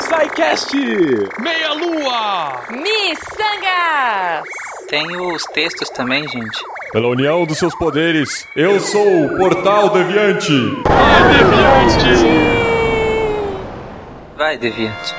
SciCast! Meia Lua! Missangas! Tem os textos também, gente. Pela união dos seus poderes, eu sou o Portal Deviante! Vai, Deviante.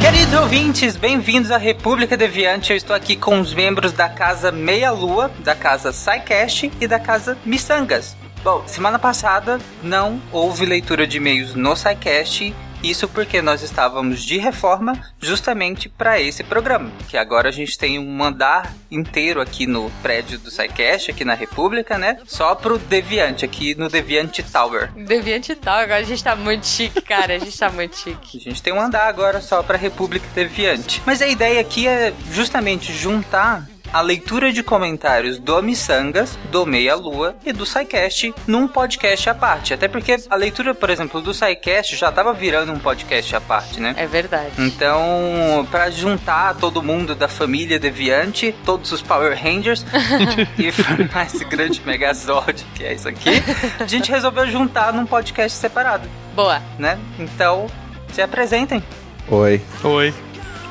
Queridos ouvintes, bem-vindos à República Deviante. Eu estou aqui com os membros da Casa Meia Lua, da Casa SciCast e da Casa Missangas. Bom, semana passada não houve leitura de e-mails no SciCast, isso porque nós estávamos de reforma justamente para esse programa, que agora a gente tem um andar inteiro aqui no prédio do SciCast, aqui na República, né? Só pro Deviante, aqui no Deviante Tower. Deviante tal, agora a gente tá muito chique, cara. A gente tá muito chique. A gente tem um andar agora só para República Deviante. Mas a ideia aqui é justamente juntar a leitura de comentários do Missangas, do Meia Lua e do SciCast num podcast à parte. Até porque a leitura, por exemplo, do SciCast já tava virando um podcast à parte, né? É verdade. Então, pra juntar todo mundo da família Deviante, todos os Power Rangers e formar esse grande Megazord que é isso aqui, a gente resolveu juntar num podcast separado Boa. né? Então, se apresentem. Oi. Oi.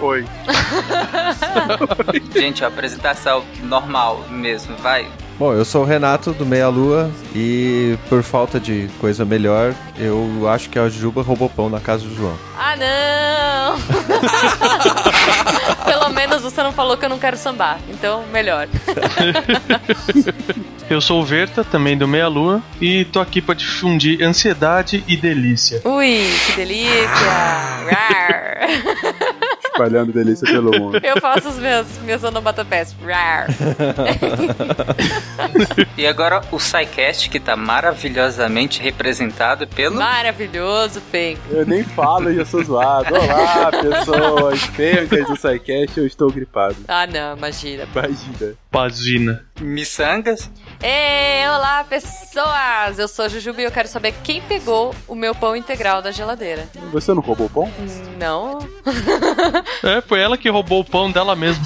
Oi. Gente, a apresentação normal mesmo, vai. Bom, eu sou o Renato do Meia Lua e por falta de coisa melhor, eu acho que a Juba roubou pão na casa do João. Ah, não! Pelo menos você não falou que eu não quero sambar. Então, melhor. Eu sou o Verta, também do Meia Lua, e tô aqui pra difundir ansiedade e delícia. Ui, que delícia! Rar. espalhando delícia pelo mundo. Eu faço os meus, meus onomatopeias. Rar. E agora o SciCast, que tá maravilhosamente representado pelo... Maravilhoso, Feng. Eu nem falo e eu sou zoado. Olá, pessoas percas do SciCast, eu estou gripado. Ah, não, imagina. Imagina. Pazina. Missangas. Ei, É, olá, pessoas! Eu sou a Jujuba e eu quero saber quem pegou o meu pão integral da geladeira. Você é um não roubou pão? Não? É, foi ela que roubou o pão dela mesma.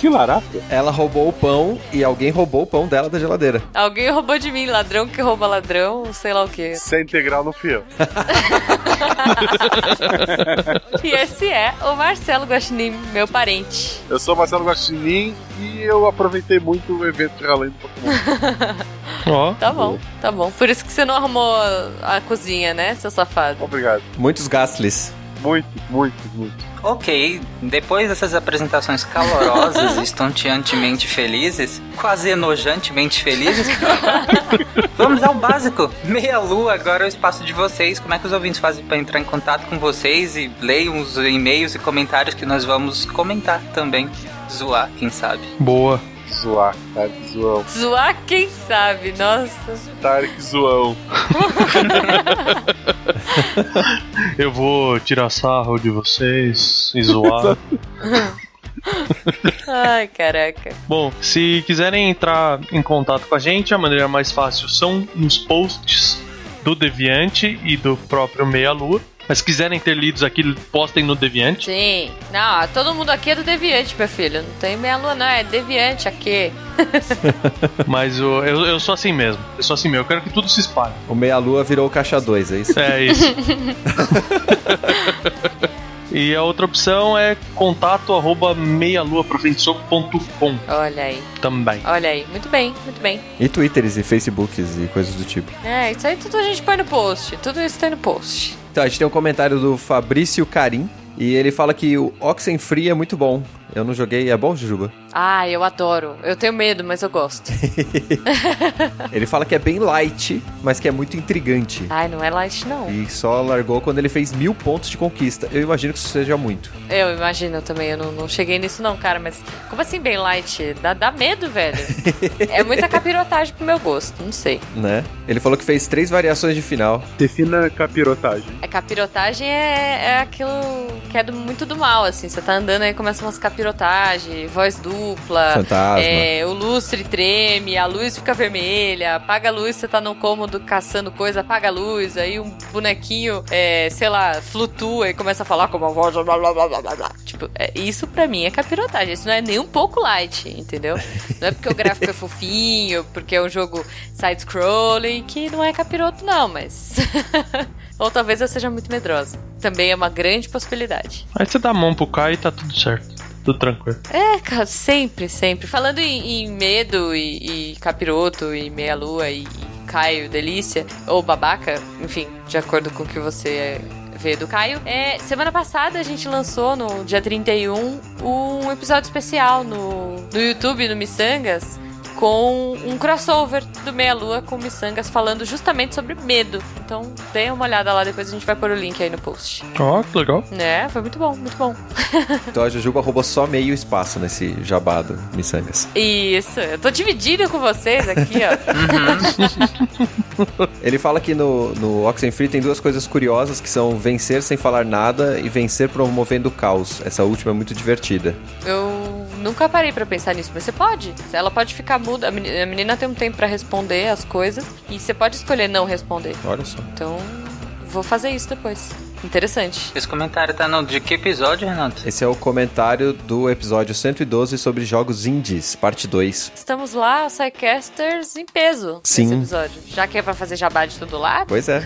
Que laraca. Ela roubou o pão e alguém roubou o pão dela da geladeira. Alguém roubou de mim, ladrão que rouba ladrão, sei lá o quê. Sem integral no fio. E esse é o Marcelo Guaxinim, meu parente. Eu sou Marcelo Guaxinim e eu aproveitei muito o evento de Ralém do Pokémon. Ó. Tá bom, tá bom. Por isso que você não arrumou a cozinha, né, seu safado? Obrigado. Muitos gaslis. Muito, muito, muito. Ok, depois dessas apresentações calorosas, estonteantemente felizes, quase enojantemente felizes, vamos ao básico. Meia Lua agora é o espaço de vocês. Como é que os ouvintes fazem pra entrar em contato com vocês e leiam os e-mails e comentários que nós vamos comentar também, zoar, quem sabe. Boa. Zoar, Tarek Zoão. Zoar quem sabe, nossa. Tarek Zoão. Eu vou tirar sarro de vocês e zoar. Ai, caraca. bom, se quiserem entrar em contato com a gente, a maneira mais fácil são nos posts do Deviante e do próprio Meia Lua. Mas se quiserem ter lidos aqui, postem no Deviante. Sim. Não, ó, todo mundo aqui é do deviante, meu filho. Não tem meia lua, não. É deviante aqui. Mas o- eu, eu sou assim mesmo. Eu sou assim mesmo. Eu quero que tudo se espalhe. O Meia Lua virou o caixa 2, é isso? É isso. e a outra opção é contato arroba meialuaprofensor.com Olha aí, também. olha aí. Muito bem, muito bem. E Twitters e Facebooks e coisas do tipo. É, isso aí tudo a gente põe no post. Tudo isso tem no post. Então, a gente tem um comentário do Fabrício Carim. E ele fala que o Oxenfree é muito bom. Eu não joguei, é bom, Jujuba? Ah, eu adoro. Eu tenho medo, mas eu gosto. Ele fala que é bem light, mas que é muito intrigante. Ai, não é light, não. E só largou quando ele fez mil pontos de conquista. Eu imagino que isso seja muito. Eu imagino também, eu não, não cheguei nisso não, cara, mas como assim bem light? Dá, dá medo, velho. é muita capirotagem pro meu gosto, não sei. né? Ele falou que fez três variações de final. Defina capirotagem. A capirotagem é, é aquilo que é do- muito do mal, assim. Você tá andando aí começa umas capirotagens, voz dupla. Fantasma. É, o lustre treme, a luz fica vermelha, apaga a luz, você tá num cômodo caçando coisa, apaga a luz, aí um bonequinho, é, sei lá, flutua e começa a falar com uma voz, blá blá blá blá blá. blá. Tipo, é, isso pra mim é capirotagem, isso não é nem um pouco light, entendeu? Não é porque o gráfico é fofinho, porque é um jogo side-scrolling, que não é capiroto não, mas... Ou talvez eu seja muito medrosa. Também é uma grande possibilidade. Aí você dá a mão pro cara e tá tudo certo. Tudo tranquilo. É, cara, sempre, sempre. Falando em, em medo e, e capiroto e meia-lua e, e Caio, delícia, ou babaca, enfim, de acordo com o que você vê do Caio. É, semana passada a gente lançou, no dia 31, um episódio especial no, no YouTube, no Missangas, com um crossover do Meia Lua com o Missangas falando justamente sobre medo. Então, dê uma olhada lá, depois a gente vai pôr o link aí no post. Ó, que legal. Né? Foi muito bom, muito bom. Então a Jujuba roubou só meio espaço nesse jabado, miçangas. Isso, eu tô dividindo com vocês aqui, ó. Uhum. Ele fala que no, no Oxenfree tem duas coisas curiosas que são vencer sem falar nada e vencer promovendo o caos. Essa última é muito divertida. Eu nunca parei pra pensar nisso, mas você pode. Ela pode ficar muda. A meni- a menina tem um tempo pra responder as coisas e você pode escolher não responder. Olha só. Então, vou fazer isso depois. Interessante. Esse comentário tá não de que episódio, Renato? Esse é o comentário do episódio 112 sobre jogos indies, parte 2. Estamos lá, Psycasters, em peso Sim. nesse episódio. Já que é pra fazer jabá de todo lado, Pois é.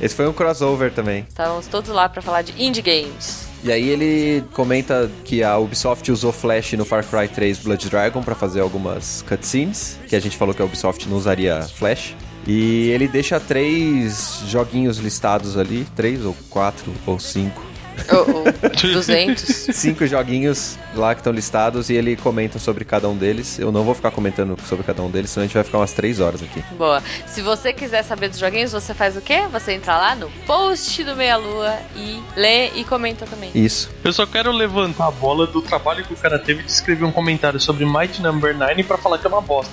Esse foi um crossover também. estávamos todos lá pra falar de indie games. E aí ele comenta que a Ubisoft usou Flash no Far Cry 3 Blood Dragon pra fazer algumas cutscenes, que a gente falou que a Ubisoft não usaria Flash. E ele deixa três joguinhos listados ali, três ou quatro ou cinco. Ou ou 200. Cinco joguinhos lá que estão listados e ele comenta sobre cada um deles. Eu não vou ficar comentando sobre cada um deles, senão a gente vai ficar umas três horas aqui. Boa. Se você quiser saber dos joguinhos, você faz o quê? Você entra lá no post do Meia Lua e lê e comenta também. Isso. Eu só quero levantar a bola do trabalho que o cara teve de escrever um comentário sobre Might Number 9 pra falar que é uma bosta.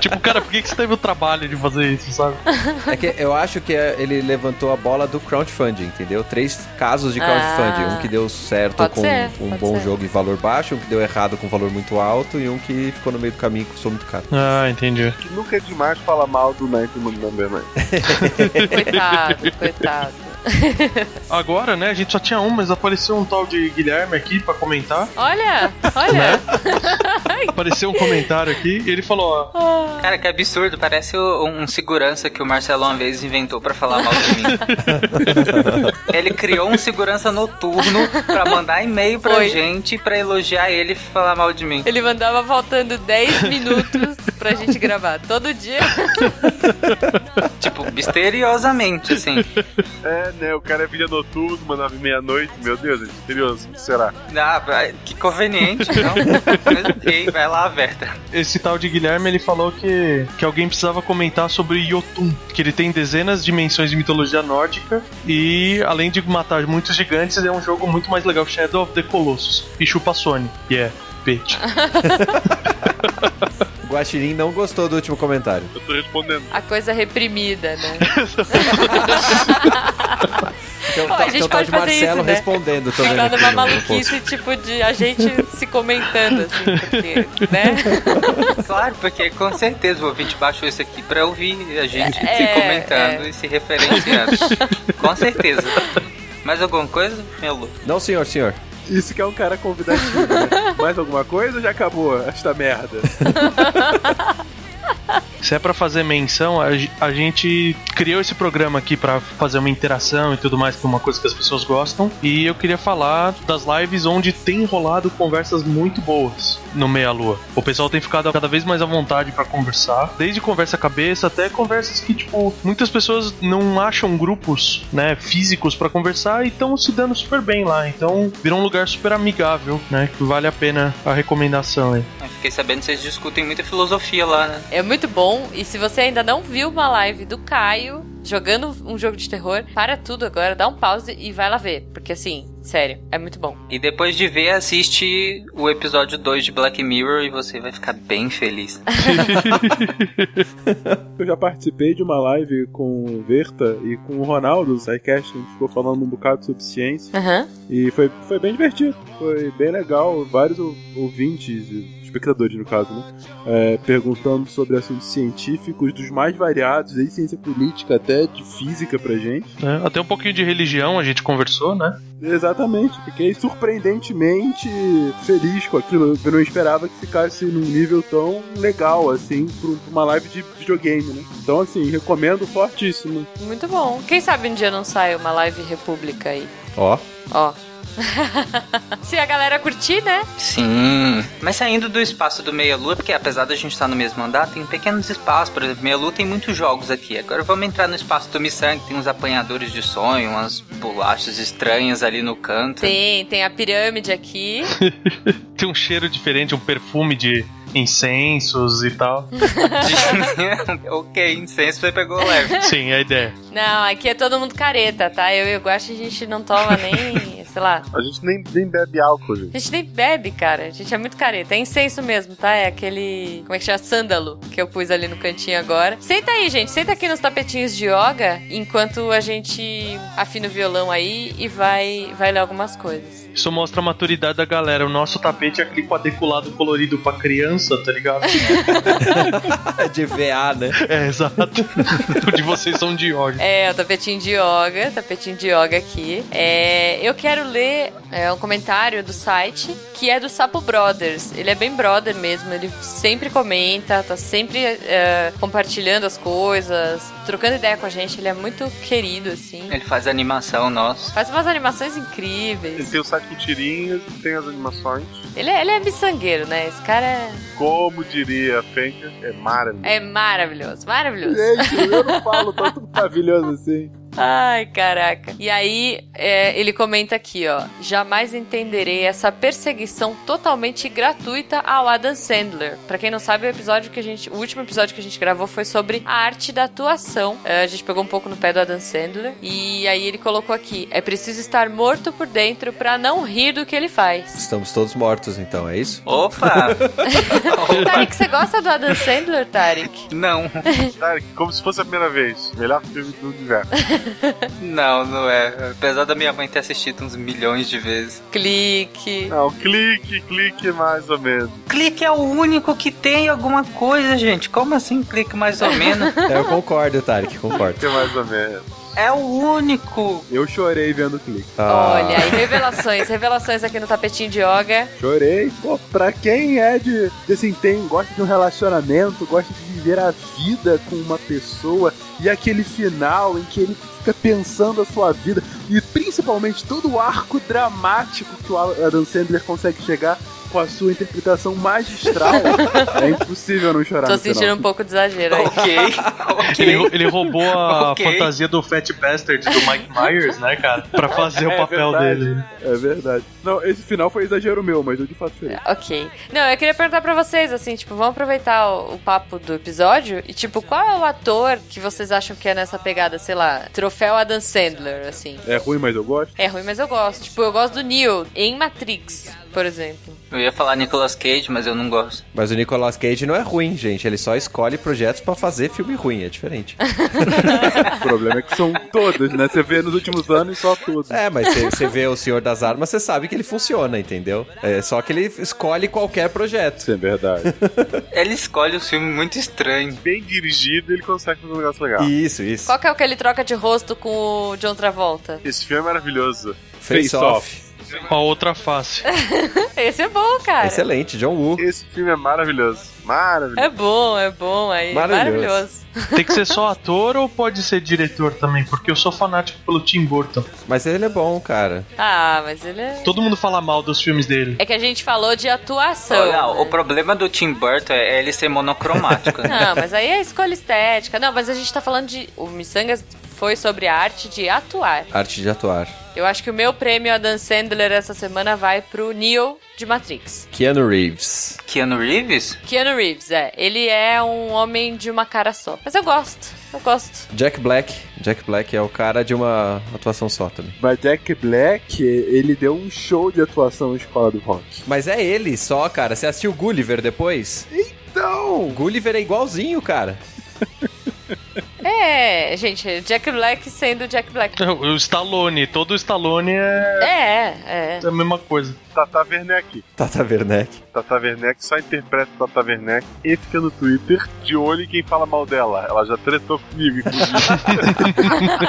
tipo, cara, por que, que você teve o trabalho de fazer isso, sabe? É que eu acho que é- ele levantou a bola do crowdfunding, entendeu? Três casos de crowdfunding. Ah. um que deu certo Pode com ser, um pode bom ser. jogo e valor baixo, um que deu errado com valor muito alto e um que ficou no meio do caminho e custou muito caro. Ah, entendi. Que nunca é demais falar mal do Night Number 9. Coitado, coitado. Agora, né, a gente só tinha um, mas apareceu um tal de Guilherme aqui pra comentar. Olha, olha. Apareceu um comentário aqui e ele falou, ó, Ah. Cara, que absurdo, parece o- um segurança que o Marcelo uma vez inventou pra falar mal de mim. ele criou um segurança noturno pra mandar e-mail pra Foi. gente pra elogiar ele e falar mal de mim. Ele mandava faltando 10 minutos pra gente gravar. Todo dia. Tipo, misteriosamente, assim. É, né? O cara é vida noturno, mandava em meia-noite. Meu Deus, é misterioso. O que será? Ah, vai- que conveniente, não? Mas ok, vai lá, Verta. esse tal de Guilherme, ele falou que, que alguém precisava comentar sobre Jotun, que ele tem dezenas de menções de mitologia nórdica e, além de matar muitos gigantes, é um jogo muito mais legal que Shadow of the Colossus e é chupa Sony. Yeah, bitch. O Guaxinim não gostou do último comentário. Eu tô respondendo. A coisa reprimida, né? Então, Ó, a tá, gente então tá o pode fazer de Marcelo isso, né? respondendo também. Tá numa maluquice, tipo, de a gente se comentando, assim, porque, né? Claro, porque com certeza o ouvinte baixou isso aqui pra ouvir a gente É, se comentando e se referenciando. com certeza. Mais alguma coisa, meu Lu? Não, senhor, senhor. Isso que é um cara convidativo, né? Mais alguma coisa ou já acabou esta merda? Se é pra fazer menção, a, ge- a gente criou esse programa aqui pra fazer uma interação e tudo mais, que é uma coisa que as pessoas gostam. E eu queria falar das lives onde tem rolado conversas muito boas no Meia Lua. O pessoal tem ficado cada vez mais à vontade pra conversar, desde conversa cabeça até conversas que tipo muitas pessoas não acham grupos, né, físicos pra conversar e estão se dando super bem lá. Então, virou um lugar super amigável, né, que vale a pena a recomendação aí. Eu fiquei sabendo que vocês discutem muita filosofia lá, né? É muito bom. E se você ainda não viu uma live do Caio jogando um jogo de terror, para tudo agora, dá um pause e vai lá ver. Porque assim, sério, é muito bom. E depois de ver, assiste o episódio 2 de Black Mirror e você vai ficar bem feliz. Eu já participei de uma live com o Verta e com o Ronaldo, do SciCast, a gente ficou falando um bocado sobre ciência. Aham. E foi, foi bem divertido, foi bem legal. Vários ou- ouvintes, espectadores no caso, né? é, perguntando sobre assuntos científicos, dos mais variados, desde ciência política até de física pra gente. É, até um pouquinho de religião a gente conversou, né? Exatamente, fiquei surpreendentemente feliz com aquilo. Eu não esperava que ficasse num nível tão legal assim, pra uma live de videogame, né? Então, assim, recomendo fortíssimo. Muito bom. Quem sabe um dia não sai uma live república aí. Ó, Ó. Se a galera curtir, né? Sim. Mas saindo do espaço do Meia-Lua, porque apesar da gente estar no mesmo andar, tem pequenos espaços. Por exemplo, Meia-Lua tem muitos jogos aqui. Agora vamos entrar no espaço do Missan, que tem uns apanhadores de sonho, umas bolachas estranhas ali no canto. Tem, tem a pirâmide aqui. Tem um cheiro diferente, um perfume de incensos e tal. ok, incenso você pegou leve. Sim, a ideia. Não, aqui é todo mundo careta, tá? Eu e o Guaxa, a gente não toma nem, sei lá. A gente nem, nem bebe álcool, gente. A gente nem bebe, cara. A gente é muito careta. É incenso mesmo, tá? É aquele. Como é que chama? Sândalo que eu pus ali no cantinho agora. Senta aí, gente. Senta aqui nos tapetinhos de yoga enquanto a gente afina o violão aí e vai, vai ler algumas coisas. Isso mostra a maturidade da galera. O nosso tapete é aquele quadriculado colorido pra criança, tá ligado? é de VA, né? É, exato. o de vocês são de yoga. É, o tapetinho de yoga, tapetinho de yoga aqui. É, eu quero ler é, um comentário do site que é do Sapo Brothers. Ele é bem brother mesmo, ele sempre comenta, tá sempre é, compartilhando as coisas, trocando ideia com a gente. Ele é muito querido, assim. Ele faz animação, nossa. Faz umas animações Ele incríveis. tem o site com tirinhas, tem as animações. Ele é, ele é miçangueiro, né? Esse cara é, Como diria a Fenka, é maravilhoso. é maravilhoso, maravilhoso. Gente, eu não falo tanto maravilhoso assim. Ai, caraca. E aí, é, ele comenta aqui, ó. Jamais entenderei essa perseguição totalmente gratuita ao Adam Sandler. Pra quem não sabe, o episódio que a gente. O último episódio que a gente gravou foi sobre a arte da atuação. É, a gente pegou um pouco no pé do Adam Sandler. E aí ele colocou aqui: é preciso estar morto por dentro pra não rir do que ele faz. Estamos todos mortos, então, é isso? Opa! Tarek, você gosta do Adam Sandler, Tarek? não, Cara, como se fosse a primeira vez. Melhor filme do universo. não, não é. Apesar da minha mãe ter assistido uns milhões de vezes. Clique. Não, clique, clique mais ou menos. Clique é o único que tem alguma coisa, gente. Como assim clique mais ou menos? É, eu concordo, Tarek, concordo. Que mais ou menos. É o único. Eu chorei vendo o clique. Ah, Olha aí, revelações, revelações aqui no tapetinho de yoga. Chorei. Pô, pra quem é de, de assim, tem, gosta de um relacionamento, gosta de viver a vida com uma pessoa e aquele final em que ele fica pensando a sua vida e principalmente todo o arco dramático que o Adam Sandler consegue chegar com a sua interpretação magistral, é impossível não chorar. Tô no final. sentindo um pouco de exagero aí. Ok, É Ele, ok. ele roubou a Ok. fantasia do Fat Bastard do Mike Myers, né, cara? Pra fazer o É papel verdade. dele. É verdade. Não, esse final foi exagero meu, mas eu de fato chorei. Ok. Não, eu queria perguntar pra vocês, assim, tipo, vamos aproveitar o, o papo do episódio e, tipo, qual é o ator que vocês acham que é nessa pegada, sei lá, troféu Adam Sandler, assim? É ruim, mas eu gosto. É ruim, mas eu gosto. Tipo, eu gosto do Neo em Matrix, por exemplo. Eu ia falar Nicolas Cage, mas eu não gosto. Mas o Nicolas Cage não é ruim, gente. Ele só escolhe projetos pra fazer filme ruim, é diferente. O problema é que são todos, né? Você vê nos últimos anos só todos. É, mas você- você vê o Senhor das Armas, você sabe que ele funciona, entendeu? É só que ele escolhe qualquer projeto. Isso é verdade. Ele escolhe um filme muito estranho. Bem dirigido, ele consegue fazer um negócio Ah. legal. Isso, isso. Qual que é o que ele troca de rosto com o John Travolta? Esse filme é maravilhoso. Face Face Off. Com a outra face. Esse é bom, cara. Excelente, John Woo. Esse filme é maravilhoso. Maravilhoso. É bom, é bom aí. Maravilhoso. Maravilhoso. Tem que ser só ator ou pode ser diretor também? Porque eu sou fanático pelo Tim Burton. Mas ele é bom, cara. Ah, mas ele é. Todo mundo fala mal dos filmes dele. É que a gente falou de atuação. não, né? o problema do Tim Burton é ele ser monocromático. né? Não, mas aí é escolha estética. Não, mas a gente tá falando de. O Missangas foi sobre a arte de atuar. Arte de atuar. Eu acho que o meu prêmio Adam Sandler essa semana vai pro Neo de Matrix. Keanu Reeves. Keanu Reeves? Keanu Reeves, é. Ele é um homem de uma cara só. Mas eu gosto, eu gosto. Jack Black. Jack Black é o cara de uma atuação só também. Mas Jack Black, ele deu um show de atuação em Escola do Rock. Mas é ele só, cara. Você assistiu Gulliver depois? Então, O Gulliver é igualzinho, cara. É, gente, Jack Black sendo Jack É. Black. O Stallone, todo Stallone é É, é. a mesma coisa. Tata Werneck. Tata Werneck. Tata Werneck só interpreta Tata Werneck e fica no Twitter de olho em quem fala mal dela. Ela já tretou comigo, inclusive.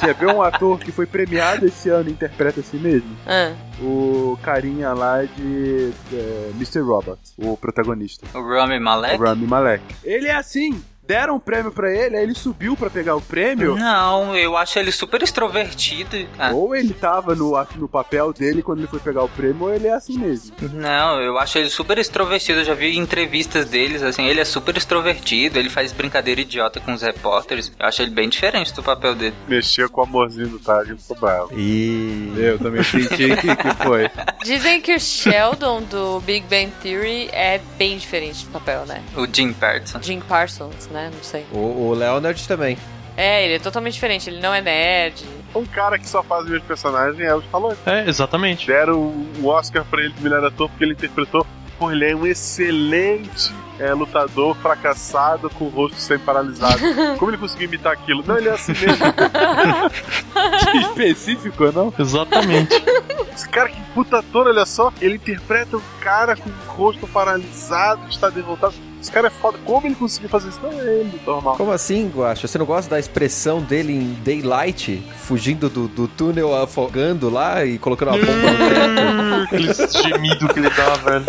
quer ver um ator que foi premiado esse ano e interpreta a si mesmo? Ah. O carinha lá de é, Mr. Robot, o protagonista, O Rami o Malek? Rami Malek. Ele é assim, deram um prêmio pra ele, aí ele subiu pra pegar o prêmio. Não, eu acho ele super extrovertido. Ah, Ou ele tava no, no papel dele quando ele foi pegar o prêmio, ou ele é assim mesmo. Não, eu acho ele super extrovertido. Eu já vi entrevistas deles, assim, ele é super extrovertido, ele faz brincadeira idiota com os repórteres. Eu acho ele bem diferente do papel dele. Mexeu com o amorzinho do Tag, eu sou bravo. E. Eu também senti que foi. Dizem que o Sheldon do Big Bang Theory é bem diferente do papel, né? O Jim Patterson. Jim Parsons, né? Não sei. É. O, o Leonard também. É, ele é totalmente diferente, ele não é nerd. Um cara que só faz o mesmo personagem é o Stallone. É, exatamente. Deram o Oscar pra ele de melhor ator porque ele interpretou. Pô, ele é um excelente é, lutador fracassado com o rosto sempre paralisado. Como ele conseguiu imitar aquilo? Não, ele é assim mesmo. Específico, não? Exatamente. Esse cara que puta ator, olha só, ele interpreta um cara com o rosto paralisado, está derrotado. Esse cara é foda. Como ele conseguiu fazer isso? Não é ele, normal. Como assim, Guacha? Você não gosta da expressão dele em Daylight? Fugindo do, do túnel, afogando lá e colocando a bomba no teto? Aquele gemido que ele dá, velho.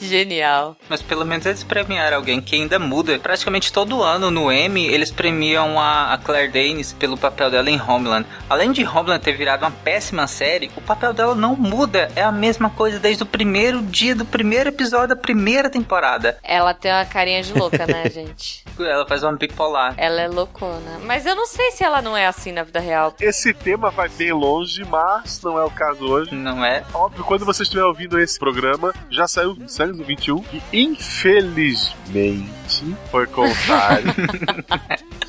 Genial. Mas pelo menos eles premiaram alguém que ainda muda. Praticamente todo ano no Emmy eles premiam a, a Claire Danes pelo papel dela em Homeland. Além de Homeland ter virado uma péssima série, o papel dela não muda. É a mesma coisa desde o primeiro dia do primeiro episódio da primeira temporada. Ela tem uma carinha de louca, né, gente? Ela faz uma bipolar. Ela é loucona. Mas eu não sei se ela não é assim na vida real. Esse tema vai bem longe, mas não é o caso hoje. Não é? Óbvio, quando você estiver ouvindo esse programa, já saiu Sangue do 21, que infelizmente foi contrário.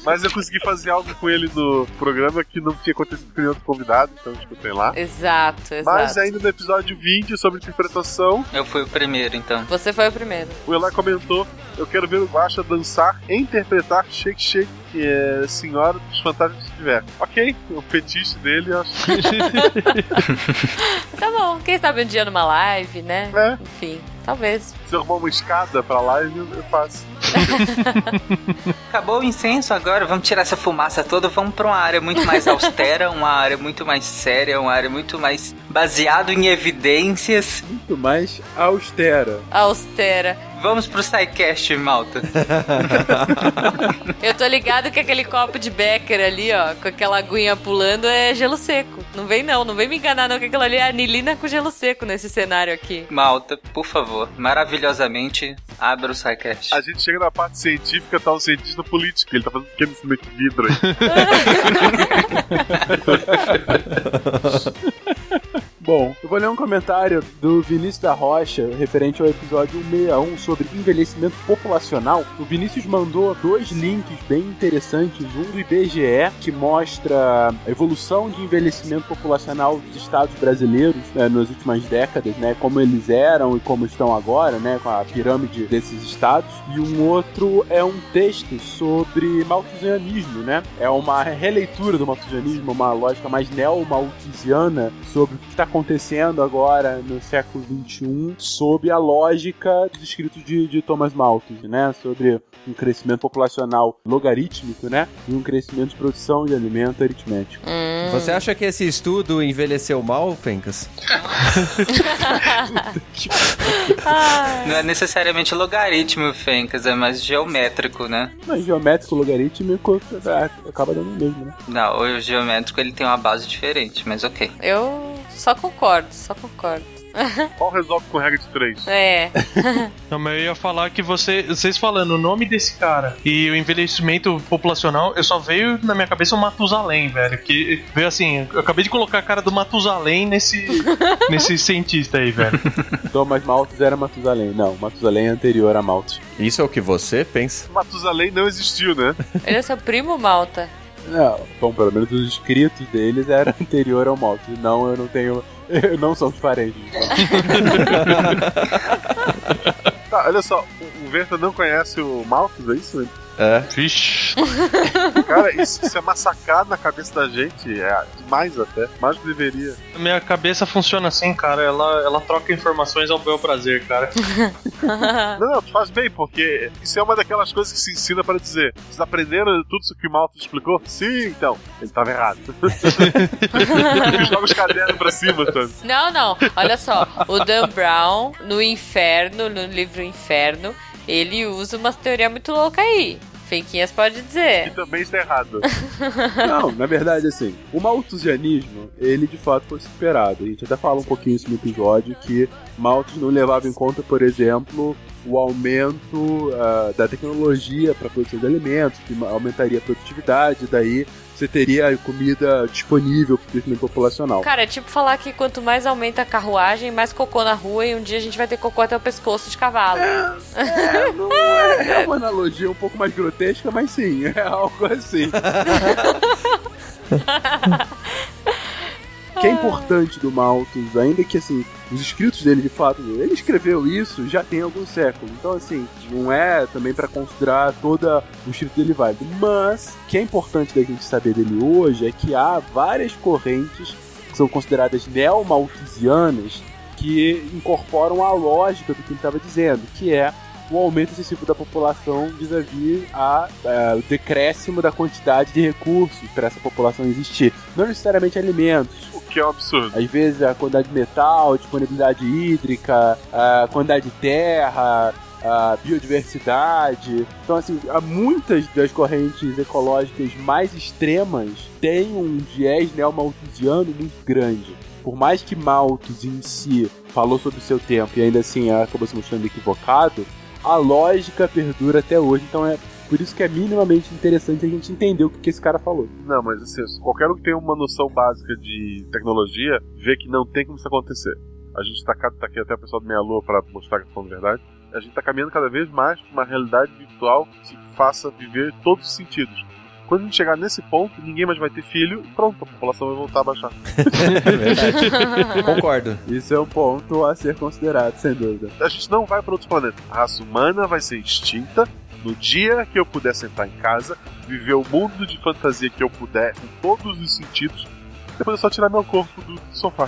Mas eu consegui fazer algo com ele no programa que não tinha acontecido com nenhum outro convidado, então escutem lá. Exato, exato. Mas ainda no episódio 20 sobre interpretação, Eu fui o primeiro, então. Você foi o primeiro. o Elá comentou: Eu quero ver o Guaxa dançar e interpretar Shake Shake, que é Senhora dos Fantasmas que tiver. Ok, o fetiche dele, eu acho Tá bom, quem sabe um dia numa live, né? É. Enfim, talvez. Se eu arrumar uma escada pra live, eu faço. Acabou o incenso agora, vamos tirar essa fumaça toda, vamos pra uma área muito mais austera, uma área muito mais séria, uma área muito mais baseado em evidências. Muito mais austera. Austera. Vamos pro SciCast, malta. Eu tô ligado que aquele copo de Becker ali, ó, com aquela aguinha pulando, é gelo seco. Não vem não, não vem me enganar não, que aquilo ali é anilina com gelo seco nesse cenário aqui. Malta, por favor, maravilhosamente, abra o SciCast. A gente chega na parte científica, tá um cientista político, ele tá fazendo pequeno cima de vidro aí. Bom, eu vou ler um comentário do Vinícius da Rocha referente ao episódio 161 sobre envelhecimento populacional. O Vinícius mandou dois links bem interessantes, um do IBGE que mostra a evolução de envelhecimento populacional dos estados brasileiros né, nas últimas décadas, né, como eles eram e como estão agora, né, com a pirâmide desses estados. E um outro é um texto sobre malthusianismo, né? É uma releitura do malthusianismo, uma lógica mais neo-malthusiana sobre o que está acontecendo agora no século XXI, sob a lógica dos escritos de, de Thomas Malthus, né? Sobre um crescimento populacional logarítmico, né? E um crescimento de produção de alimento aritmético. Hum. Você acha que esse estudo envelheceu mal, Fencas? Ah, Não é necessariamente logaritmo, Fencas, é mais geométrico, né? Mas geométrico logarítmico tá, acaba dando o mesmo, né? Não, o geométrico ele tem uma base diferente, mas ok. eu só concordo, só concordo. Qual resolve com regra de três? É. Não, mas Então, eu ia falar que você, vocês falando o nome desse cara e o envelhecimento populacional, eu só veio na minha cabeça o Matusalém, velho. Que veio assim, eu acabei de colocar a cara do Matusalém nesse, nesse cientista aí, velho. Thomas Malthus era Matusalém. Não, Matusalém é anterior a Malthus. Isso é o que você pensa? Matusalém não existiu, né? Ele é seu primo, Malta. Não, bom, pelo menos os escritos deles eram anterior ao Malthus. Não, eu não tenho... Eu não somos parentes. Tá, olha só, o o Verta não conhece o Malthus, é isso? Né? É. Vixe. Cara, isso, isso é massacrado na cabeça da gente, é demais até, mais do que deveria. A Minha cabeça funciona assim, cara. Ela, ela troca informações ao bel prazer, cara. Não, não, tu faz bem, porque isso é uma daquelas coisas que se ensina para dizer. Vocês aprenderam tudo isso que o Malthus explicou? Sim, então, ele estava errado. Joga os cadernos pra cima, sabe? Não, não. Olha só, o Dan Brown, no Inferno, no livro Inferno, ele usa umas teorias muito loucas aí. Fenquinhas pode E dizer. também está errado. Não, na verdade, assim, o malthusianismo, ele de fato foi superado. A gente até fala um pouquinho isso no episódio, que Malthus não levava em conta, por exemplo, o aumento ah, da tecnologia para produção de alimentos, que ma- aumentaria a produtividade, daí você teria comida disponível para o crescimento populacional. Cara, é tipo falar que quanto mais aumenta a carruagem, mais cocô na rua e um dia a gente vai ter cocô até o pescoço de cavalo. É, não é, é uma analogia um pouco mais grotesca, mas sim, é algo assim. O que é importante do Malthus, ainda que assim, os escritos dele de fato, ele escreveu isso já tem alguns séculos. Então assim, não é também para considerar toda o escrito dele válido. Mas o que é importante da gente saber dele hoje é que há várias correntes que são consideradas neomalthusianas que incorporam a lógica do que ele estava dizendo, que é o aumento excessivo da população vis-à-vis a, a- o decréscimo da quantidade de recursos para essa população existir. Não necessariamente alimentos, O que é um absurdo. às vezes a quantidade de metal, disponibilidade hídrica, a quantidade de terra, a biodiversidade. Então, assim, há muitas das correntes ecológicas mais extremas têm um viés neomalthusiano muito grande. Por mais que Malthus em si falou sobre o seu tempo e ainda assim acabou se mostrando equivocado, a lógica perdura até hoje. Então é por isso que é minimamente interessante a gente entender o que que esse cara falou. Não, mas assim, qualquer um que tenha uma noção básica de tecnologia vê que não tem como isso acontecer. A gente tá, ca- tá aqui até o pessoal do Meia Lua para mostrar que eu tô falando a verdade. A gente tá caminhando cada vez mais pra uma realidade virtual que te faça viver todos os sentidos. Quando a gente chegar nesse ponto, ninguém mais vai ter filho e pronto, a população vai voltar a baixar. É Concordo. Isso é um ponto a ser considerado, sem dúvida. A gente não vai para outros planetas. A raça humana vai ser extinta no dia que eu puder sentar em casa, viver o mundo de fantasia que eu puder, com todos os sentidos. Depois é só tirar meu corpo do sofá.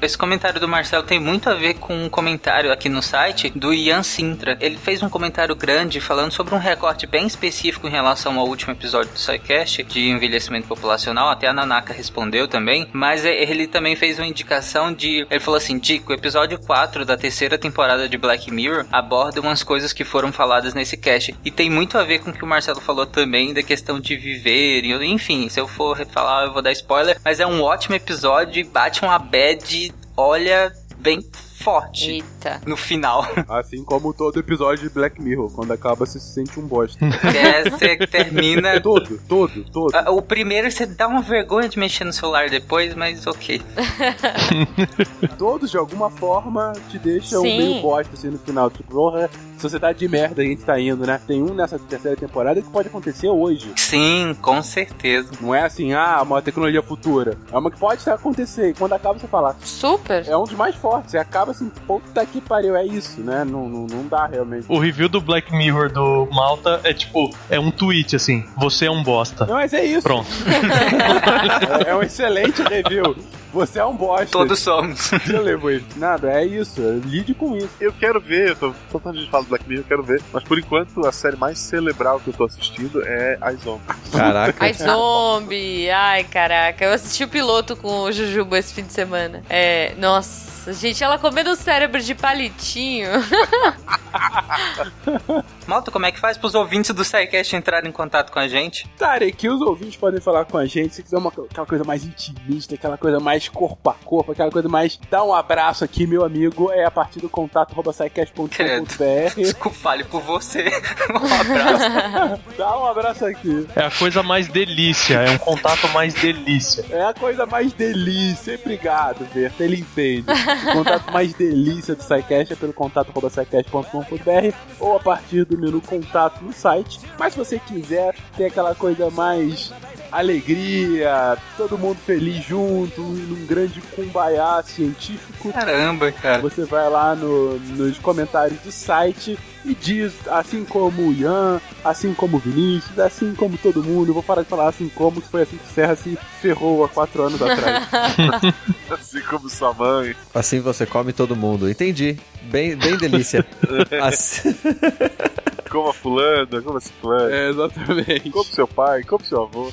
Esse comentário do Marcelo tem muito a ver com um comentário aqui no site do Ian Sintra. Ele fez um comentário grande falando sobre um recorte bem específico em relação ao último episódio do SciCast de envelhecimento populacional. Até a Nanaka respondeu também, mas é- ele também fez uma indicação de. Ele falou assim: Dico, o episódio 4 da terceira temporada de Black Mirror aborda umas coisas que foram faladas nesse cast. E tem muito a ver com o que o Marcelo falou também da questão de viver. e- Enfim, se eu for falar, eu vou dar spoiler, mas é um ótimo episódio e bate uma bad, olha, bem forte. Eita. No final. Assim como todo episódio de Black Mirror, quando acaba você se sente um bosta. É, você termina. todo, todo, todo. Ah, O primeiro você dá uma vergonha de mexer no celular depois, mas ok. Todos de alguma forma te deixam Sim. meio bosta assim no final. Tipo, porra, sociedade de merda a gente tá indo, né? Tem um nessa terceira temporada que pode acontecer hoje. Sim, com certeza. Não é assim, ah, uma tecnologia futura. É uma que pode acontecer. E quando acaba você fala, Super. é um dos mais fortes. Você acaba assim, puta que pariu, é isso, né? Não, não, não dá realmente. O review do Black Mirror do Malta é tipo, é um tweet assim, você é um bosta. Não, mas é isso. Pronto. É, é um excelente review. Você é um bosta. Todos somos. Eu levo ele. Nada, é isso. Lide com isso. Eu quero ver, eu tô tô falando de falar do Black Mirror, eu quero ver. Mas por enquanto, a série mais celebral que eu tô assistindo é a Zombie. Caraca. Ai, zombie. Ai, caraca. Eu assisti o piloto com o Jujuba esse fim de semana. É, nossa. Nossa, gente, ela comendo o cérebro de palitinho. Malta, como é que faz pros ouvintes do SciCast entrarem em contato com a gente? Tarek, os ouvintes podem falar com a gente. Se quiser uma, aquela coisa mais intimista, aquela coisa mais corpo a corpo, aquela coisa mais. Dá um abraço aqui, meu amigo. É a partir do contato arroba SciCast.com.br. Desculpa, fale por você. Um abraço. Dá um abraço aqui. É a coisa mais delícia, é um contato mais delícia. É a coisa mais delícia. É Obrigado, Berta. Ele entende. O contato mais delícia do SciCast é pelo contato arroba SciCast.com.br ou a partir do menu contato no site. Mas se você quiser ter aquela coisa mais alegria, todo mundo feliz junto, num grande cumbaiá científico, Caramba, cara. você vai lá no- nos comentários do site e diz, assim como o Ian, assim como o Vinícius, assim como todo mundo, eu vou parar de falar assim como, que foi assim que o Serra se ferrou há quatro anos atrás. Assim como sua mãe. Assim você come todo mundo. Entendi. Bem, bem delícia. Assim- Como a fulana, como a ciclana. é, exatamente. Como seu pai, como seu avô.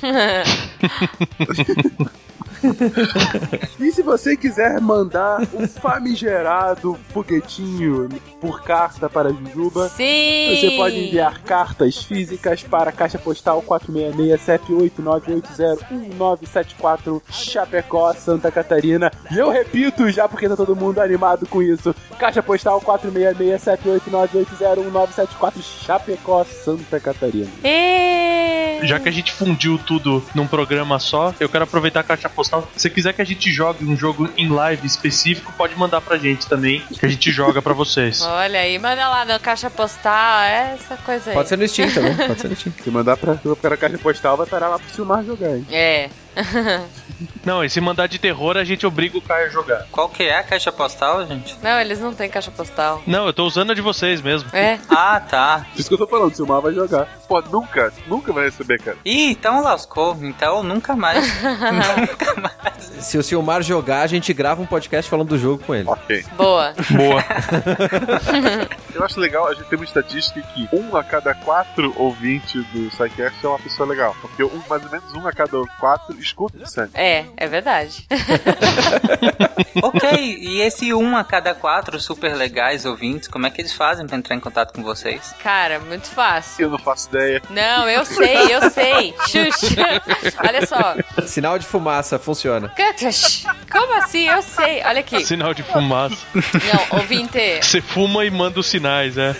E se você quiser mandar o famigerado foguetinho por carta para Jujuba, Sim! Você pode enviar cartas físicas para a Caixa Postal 466-78980-1974 Chapecó, Santa Catarina. E eu repito, já porque tá todo mundo animado com isso. Caixa Postal 466-78980-1974 Chapecó, Santa Catarina. Ê! Já que a gente fundiu tudo num programa só, eu quero aproveitar a caixa postal. Se você quiser que a gente jogue um jogo em live específico, pode mandar pra gente também, que a gente joga pra vocês. Olha aí, manda lá na caixa postal, é essa coisa aí. Pode ser no Steam também. Pode ser no Steam. Se mandar para a Caixa Postal, vai parar lá pro Silmar jogar, hein? É. Não, e se mandar de terror, a gente obriga o Caio a jogar. Qual que é a caixa postal, gente? Não, eles não têm caixa postal. Não, eu tô usando a de vocês mesmo. É. Ah, tá. Por isso que eu tô falando, o Silmar vai jogar. Pô, nunca, nunca vai receber, cara. Ih, então lascou. Então nunca mais. nunca mais. Se o Silmar jogar, a gente grava um podcast falando do jogo com ele. Ok. Boa. Boa. Eu acho legal, a gente tem uma estatística que um a cada quatro ouvintes do SciCast é uma pessoa legal. Porque um, mais ou menos um a cada quatro escuta o Sandy. É, é verdade. ok, e esse um a cada quatro super legais ouvintes, como é que eles fazem pra entrar em contato com vocês? Cara, muito fácil. Eu não faço ideia. Não, eu sei, eu sei. Xuxa. Olha só. Sinal de fumaça, funciona. Como assim? Eu sei. Olha aqui. Sinal de fumaça. Não, ouvinte. Você fuma e manda os sinais, é.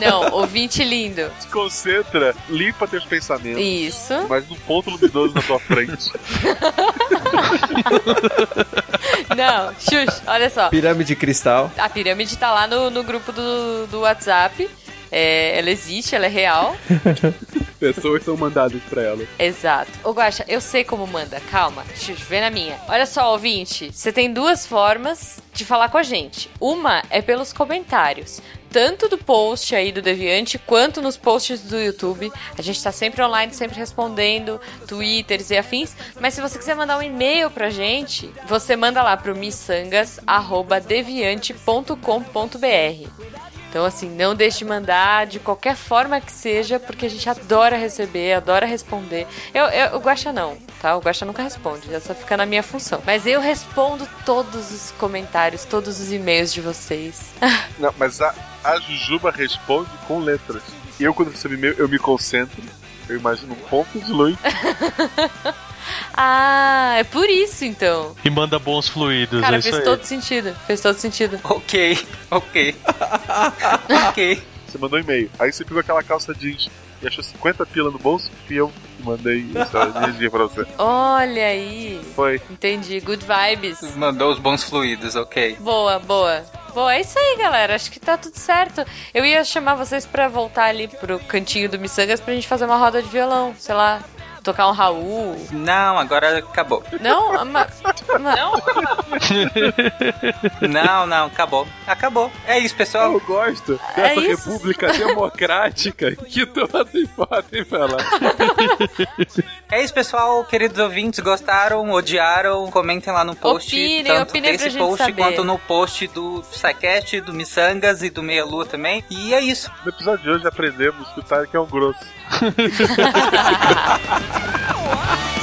Não, ouvinte lindo. Se concentra, limpa teus pensamentos. Isso. Mas num ponto luminoso na tua frente. Não, Xuxa, olha só. Pirâmide de cristal. A pirâmide tá lá no, no grupo do, do WhatsApp. É, ela existe, ela é real. Pessoas são mandadas pra ela. Exato. Ô, Guaxa, eu sei como manda. Calma. Xuxa, vê na minha. Olha só, ouvinte. Você tem duas formas de falar com a gente. Uma é pelos comentários. Tanto do post aí do Deviante, quanto nos posts do YouTube. A gente tá sempre online, sempre respondendo, twitters e afins. Mas se você quiser mandar um e-mail pra gente, você manda lá pro missangas.deviante.com.br. Então, assim, não deixe de mandar de qualquer forma que seja, porque a gente adora receber, adora responder. Eu, eu, o Guaxa não, tá? O Guaxa nunca responde, essa fica na minha função. Mas eu respondo todos os comentários, todos os e-mails de vocês. Não, mas a, a Jujuba responde com letras. E eu, quando recebo e-mail, eu me concentro. Eu imagino um ponto de luz. ah, é por isso então. E manda bons fluidos, é Cara, isso fez aí. todo sentido, fez todo sentido. Ok, ok. ok. Você mandou um e-mail. Aí você pegou aquela calça jeans e achou 50 pila no bolso. E eu te mandei essa energia pra você. Olha aí, Foi. entendi, good vibes. Mandou os bons fluidos, ok. Boa, boa. Boa, é isso aí, galera. Acho que tá tudo certo. Eu ia chamar vocês pra voltar ali pro cantinho do Missangas pra gente fazer uma roda de violão, sei lá, tocar um Raul. Não, agora acabou. Não, ma- ma- Não, não, acabou. Acabou. É isso, pessoal. Eu gosto É dessa isso. república democrática que todos podem falar. É isso, pessoal. Queridos ouvintes, gostaram, odiaram? Comentem lá no post. Opinem, tanto opinem pra desse gente post saber. quanto no post do Saquete, do Missangas e do Meia Lua também. E é isso. No episódio de hoje aprendemos que o Tarek é um grosso. Oh, I